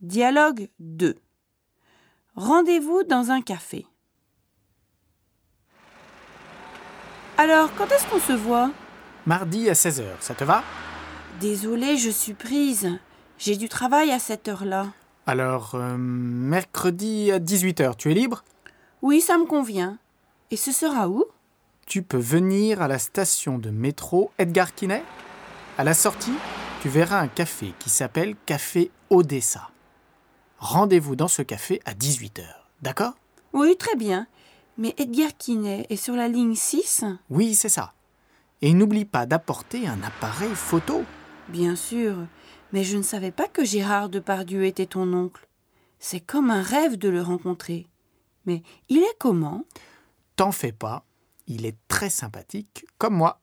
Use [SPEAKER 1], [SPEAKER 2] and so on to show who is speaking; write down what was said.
[SPEAKER 1] Dialogue 2 Rendez-vous dans un café. Alors, quand est-ce qu'on se voit
[SPEAKER 2] Mardi à 16h, ça te va
[SPEAKER 1] Désolée, je suis prise. J'ai du travail à cette heure-là.
[SPEAKER 2] Alors, euh, mercredi à 18h, tu es libre
[SPEAKER 1] Oui, ça me convient. Et ce sera où
[SPEAKER 2] Tu peux venir à la station de métro Edgar Quinet. À la sortie, tu verras un café qui s'appelle Café Odessa. Rendez-vous dans ce café à 18h, d'accord
[SPEAKER 1] Oui, très bien. Mais Edgar Quinet est sur la ligne 6
[SPEAKER 2] Oui, c'est ça. Et n'oublie pas d'apporter un appareil photo.
[SPEAKER 1] Bien sûr. Mais je ne savais pas que Gérard Depardieu était ton oncle. C'est comme un rêve de le rencontrer. Mais il est comment
[SPEAKER 2] T'en fais pas, il est très sympathique, comme moi.